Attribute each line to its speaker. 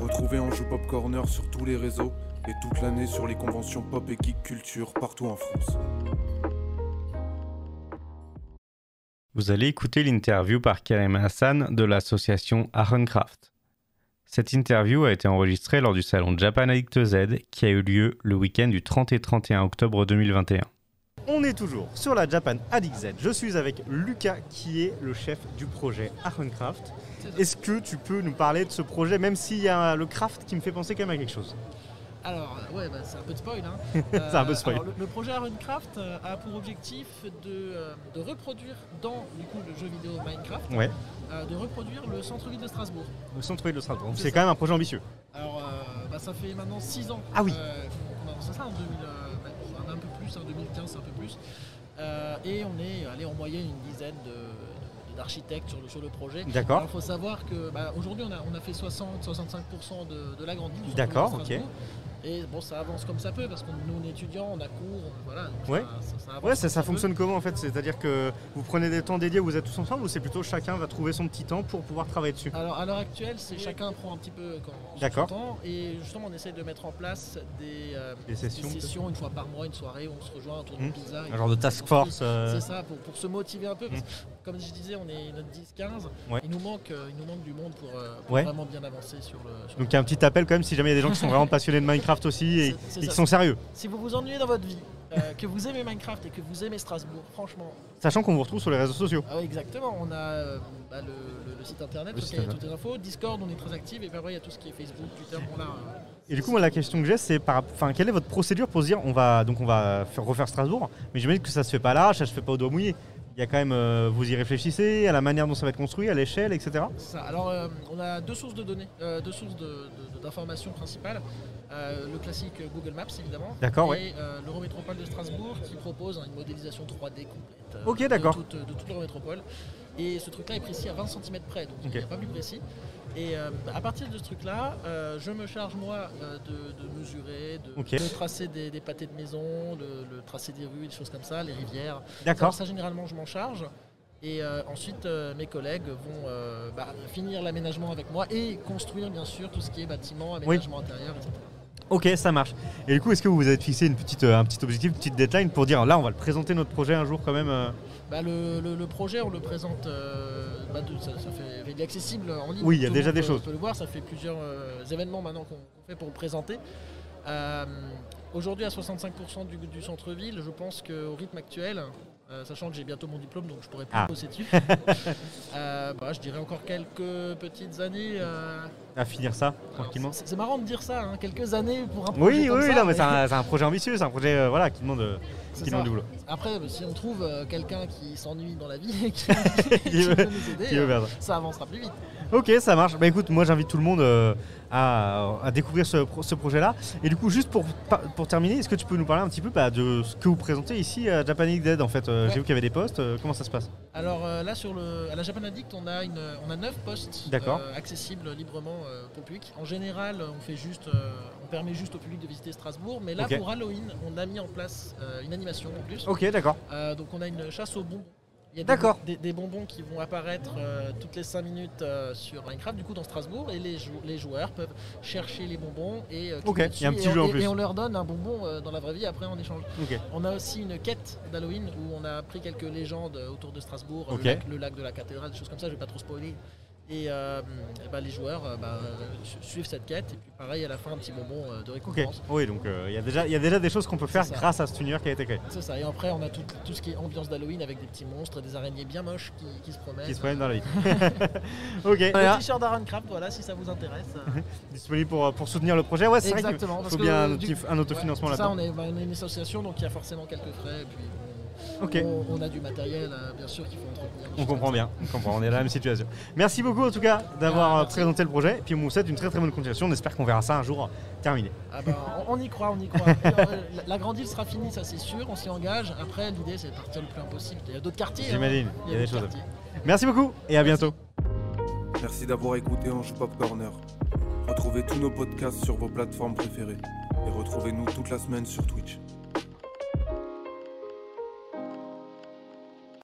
Speaker 1: Retrouvez Anjou Pop Corner sur tous les réseaux et toute l'année sur les conventions pop et geek culture partout en France.
Speaker 2: Vous allez écouter l'interview par Karim Hassan de l'association Ahrencraft. Cette interview a été enregistrée lors du salon Japan Addict Z qui a eu lieu le week-end du 30 et 31 octobre 2021.
Speaker 3: On est toujours sur la Japan Addict Z. Je suis avec Lucas qui est le chef du projet Ahrencraft. Est-ce que tu peux nous parler de ce projet, même s'il y a le craft qui me fait penser quand même à quelque chose
Speaker 4: Alors, ouais, bah, c'est un peu de spoil. Hein.
Speaker 3: C'est un peu de spoil.
Speaker 4: alors, le, le projet Runecraft a pour objectif de, euh, de reproduire dans du coup, le jeu vidéo Minecraft,
Speaker 3: Ouais.
Speaker 4: euh, de reproduire le centre-ville de Strasbourg.
Speaker 3: Le centre de Strasbourg.
Speaker 4: C'est
Speaker 3: C'est
Speaker 4: ça.
Speaker 3: quand même un projet ambitieux.
Speaker 4: Alors, euh, bah, ça fait maintenant 6 ans
Speaker 3: Ah oui.
Speaker 4: euh, qu'on a lancé ça, en 2000, euh, bah, un peu plus, en 2015, un peu plus. Euh, et on est allé en moyenne une dizaine de- de- d'architectes sur le, sur le projet.
Speaker 3: D'accord.
Speaker 4: Il faut savoir que bah, aujourd'hui on a, on a fait 60-65% de, de la grande île, surtout
Speaker 3: D'accord,
Speaker 4: à
Speaker 3: ok.
Speaker 4: Strasbourg. Et bon, ça avance comme ça peut parce que nous on est étudiants, on a cours, on- voilà. donc
Speaker 3: Ouais.
Speaker 4: Ça, ça- ça avance
Speaker 3: Ouais, ça,
Speaker 4: comme
Speaker 3: ça
Speaker 4: peut.
Speaker 3: fonctionne comment en fait C'est-à-dire que vous prenez des temps dédiés, vous êtes tous ensemble, ou c'est plutôt chacun va trouver son petit temps pour pouvoir travailler dessus
Speaker 4: Alors à l'heure actuelle, c'est chacun prend un petit peu quand on se
Speaker 3: D'accord.
Speaker 4: entend, et justement on essaie de mettre en place des, euh,
Speaker 3: Des sessions,
Speaker 4: des sessions une fois par mois, une soirée où on se rejoint autour
Speaker 3: Hmm.
Speaker 4: d'une pizza. et
Speaker 3: Un genre de
Speaker 4: on
Speaker 3: task
Speaker 4: discute.
Speaker 3: force euh, Mmh.
Speaker 4: C'est ça, pour, pour se motiver un peu, parce que comme je disais, on est notre 10-15,
Speaker 3: Ouais.
Speaker 4: il, nous manque, euh, il nous manque du monde pour, euh, pour
Speaker 3: Ouais.
Speaker 4: vraiment bien avancer sur le sur le
Speaker 3: Donc il y a un petit appel quand même si jamais il y a des gens qui sont vraiment passionnés de Minecraft aussi et,
Speaker 4: C'est- c'est
Speaker 3: et qui
Speaker 4: ça.
Speaker 3: sont sérieux.
Speaker 4: Si vous vous ennuyez dans votre vie, euh, que vous aimez Minecraft et que vous aimez Strasbourg, franchement,
Speaker 3: Sachant qu'on vous retrouve sur les réseaux sociaux.
Speaker 4: ah ouais, exactement, on a euh, bah, le, le- le site internet,
Speaker 3: Le
Speaker 4: sur
Speaker 3: site
Speaker 4: lequel il y a
Speaker 3: internet.
Speaker 4: toutes les infos, Discord, on est très actif, et puis après il y a tout ce qui est Facebook, Twitter, bon là, euh,
Speaker 3: Et du coup, moi, la question que j'ai, c'est par, enfin, quelle est votre procédure pour se dire, on va donc on va faire- refaire Strasbourg, mais j'imagine que ça se fait pas à l'arrache, ça se fait pas au doigt mouillé. Il y a quand même, euh, vous y réfléchissez à la manière dont ça va être construit, à l'échelle, etc.
Speaker 4: c'est ça. Alors euh, on a deux sources de données, euh, deux sources de- de- de- d'informations principales, Euh, le classique euh, Google Maps évidemment,
Speaker 3: D'accord,
Speaker 4: et
Speaker 3: Ah ouais.
Speaker 4: euh, l'Eurométropole de Strasbourg qui propose hein, une modélisation 3D complète euh,
Speaker 3: Ok,
Speaker 4: de
Speaker 3: d'accord.
Speaker 4: toute- de toute l'Eurométropole. Et ce truc-là est précis à 20 cm près, donc
Speaker 3: Ok.
Speaker 4: il n'y a pas plus précis. Et euh, à partir de ce truc-là, euh, je me charge moi euh, de, de mesurer, de,
Speaker 3: Ok.
Speaker 4: de tracer des, des pâtés de maison, de, le tracer des rues, des choses comme ça, les rivières.
Speaker 3: D'accord.
Speaker 4: Ça, généralement, je m'en charge. Et euh, ensuite, euh, mes collègues vont euh, bah, finir l'aménagement avec moi et construire, bien sûr, tout ce qui est bâtiment, aménagement intérieur, etc.
Speaker 3: Ok, ça marche. Et du coup, est-ce que vous vous êtes fixé une petite, euh, un petit objectif, une petite deadline pour dire, là, on va le présenter notre projet un jour quand même. euh,
Speaker 4: Bah, le, le- le projet, on le présente, euh, bah, de- ça, ça fait, il est accessible en ligne.
Speaker 3: Oui, il y a
Speaker 4: Tout le
Speaker 3: déjà
Speaker 4: monde
Speaker 3: des
Speaker 4: peut-
Speaker 3: choses.
Speaker 4: peut le voir, ça fait plusieurs euh, événements maintenant qu'on qu'on fait pour le présenter. Euh, Aujourd'hui, à 65% du, du centre-ville, je pense qu'au rythme actuel, euh, sachant que j'ai bientôt mon diplôme, donc je pourrais plus
Speaker 3: Ah.
Speaker 4: bosser dessus, euh, bah, je dirais encore quelques petites années. euh,
Speaker 3: à finir ça
Speaker 4: alors,
Speaker 3: tranquillement.
Speaker 4: C'est c'est marrant de dire ça, hein, quelques années pour un projet
Speaker 3: Oui,
Speaker 4: comme
Speaker 3: oui,
Speaker 4: ça,
Speaker 3: non, mais c'est un, c'est un projet ambitieux, c'est un projet, euh, voilà, qui demande, euh,
Speaker 4: c'est
Speaker 3: qui demande
Speaker 4: ça.
Speaker 3: du boulot.
Speaker 4: Après, bah, si on trouve euh, quelqu'un qui s'ennuie dans la ville et qui, qui peut nous aider,
Speaker 3: Qui veut
Speaker 4: euh,
Speaker 3: perdre.
Speaker 4: ça avancera plus vite.
Speaker 3: Ok, ça marche. Bah écoute, moi j'invite tout le monde euh, à, à découvrir ce, pro- ce projet-là. Et du coup, juste pour, pa- pour terminer, est-ce que tu peux nous parler un petit peu bah, de ce que vous présentez ici à Japanic Dead En fait, Euh,
Speaker 4: Ouais.
Speaker 3: j'ai vu qu'il y avait des postes. euh, comment ça se passe
Speaker 4: Alors euh, là, sur le, à la Japan Addict, on a, une, on a 9 postes
Speaker 3: D'accord.
Speaker 4: euh, accessibles librement euh, au public. En général, on, fait juste, euh, on permet juste au public de visiter Strasbourg, mais là,
Speaker 3: Ok.
Speaker 4: pour Halloween, on a mis en place euh, une animation en plus.
Speaker 3: Ok, d'accord.
Speaker 4: Euh, donc on a une chasse aux bonbons. Il y a des-
Speaker 3: D'accord.
Speaker 4: Des, des bonbons qui vont apparaître euh, toutes les 5 minutes euh, sur Minecraft, du coup dans Strasbourg, et les, jou- les joueurs peuvent chercher les bonbons et, euh,
Speaker 3: Ok,
Speaker 4: cliquer
Speaker 3: il y a un
Speaker 4: dessus,
Speaker 3: petit
Speaker 4: et
Speaker 3: jeu
Speaker 4: on,
Speaker 3: en
Speaker 4: et-
Speaker 3: plus.
Speaker 4: et on leur donne un bonbon euh, dans la vraie vie après en échange.
Speaker 3: Ok.
Speaker 4: On a aussi une quête d'Halloween où on a pris quelques légendes euh, autour de Strasbourg,
Speaker 3: Ok.
Speaker 4: le, lac, le lac de la cathédrale, des choses comme ça, je vais pas trop spoiler. Et, euh, et bah, les joueurs euh, bah, su- suivent cette quête, et puis pareil à la fin un petit bonbon euh, de
Speaker 3: Ok.
Speaker 4: récompense.
Speaker 3: Oui, donc euh, il y, a déjà- il y a déjà des choses qu'on peut faire
Speaker 4: C'est ça.
Speaker 3: grâce à cet univers qui a été créé.
Speaker 4: C'est ça, et après on a tout, tout ce qui est ambiance d'Halloween avec des petits monstres, des araignées bien moches qui, qui se promènent.
Speaker 3: Qui se promène dans la vie. ok.
Speaker 4: Le
Speaker 3: Voilà.
Speaker 4: t-shirt d'Aaron Crab, voilà, si ça vous intéresse. euh,
Speaker 3: Disponible pour, euh, pour soutenir le projet. Ouais, c'est vrai qu'il
Speaker 4: Exactement, parce
Speaker 3: faut
Speaker 4: que,
Speaker 3: bien un,
Speaker 4: euh, du-
Speaker 3: autif- un autofinancement
Speaker 4: ouais, c'est
Speaker 3: là-dedans.
Speaker 4: Ça, on est, bah, on est une association, donc il y a forcément quelques frais, et puis on,
Speaker 3: Ok.
Speaker 4: on- on a du matériel, euh, bien sûr, qu'il faut entretenir.
Speaker 3: On comprend bien, on comprend, on est dans la même situation. Merci beaucoup en tout cas d'avoir
Speaker 4: Ah,
Speaker 3: euh,
Speaker 4: merci.
Speaker 3: présenté le projet. Et puis on vous souhaite une très très bonne continuation. On espère qu'on verra ça un jour terminé.
Speaker 4: Ah bah, on, on y croit, on y croit. Euh, la, la grande île sera finie, ça c'est sûr, on s'y engage. Après, l'idée c'est de partir le plus loin possible. Il y a d'autres quartiers. hein.
Speaker 3: J'imagine, il y a des
Speaker 4: d'autres
Speaker 3: choses.
Speaker 4: quartiers.
Speaker 3: Merci beaucoup et à bientôt.
Speaker 1: Merci d'avoir écouté Anjou Pop Corner. Retrouvez tous nos podcasts sur vos plateformes préférées et retrouvez-nous toute la semaine sur Twitch.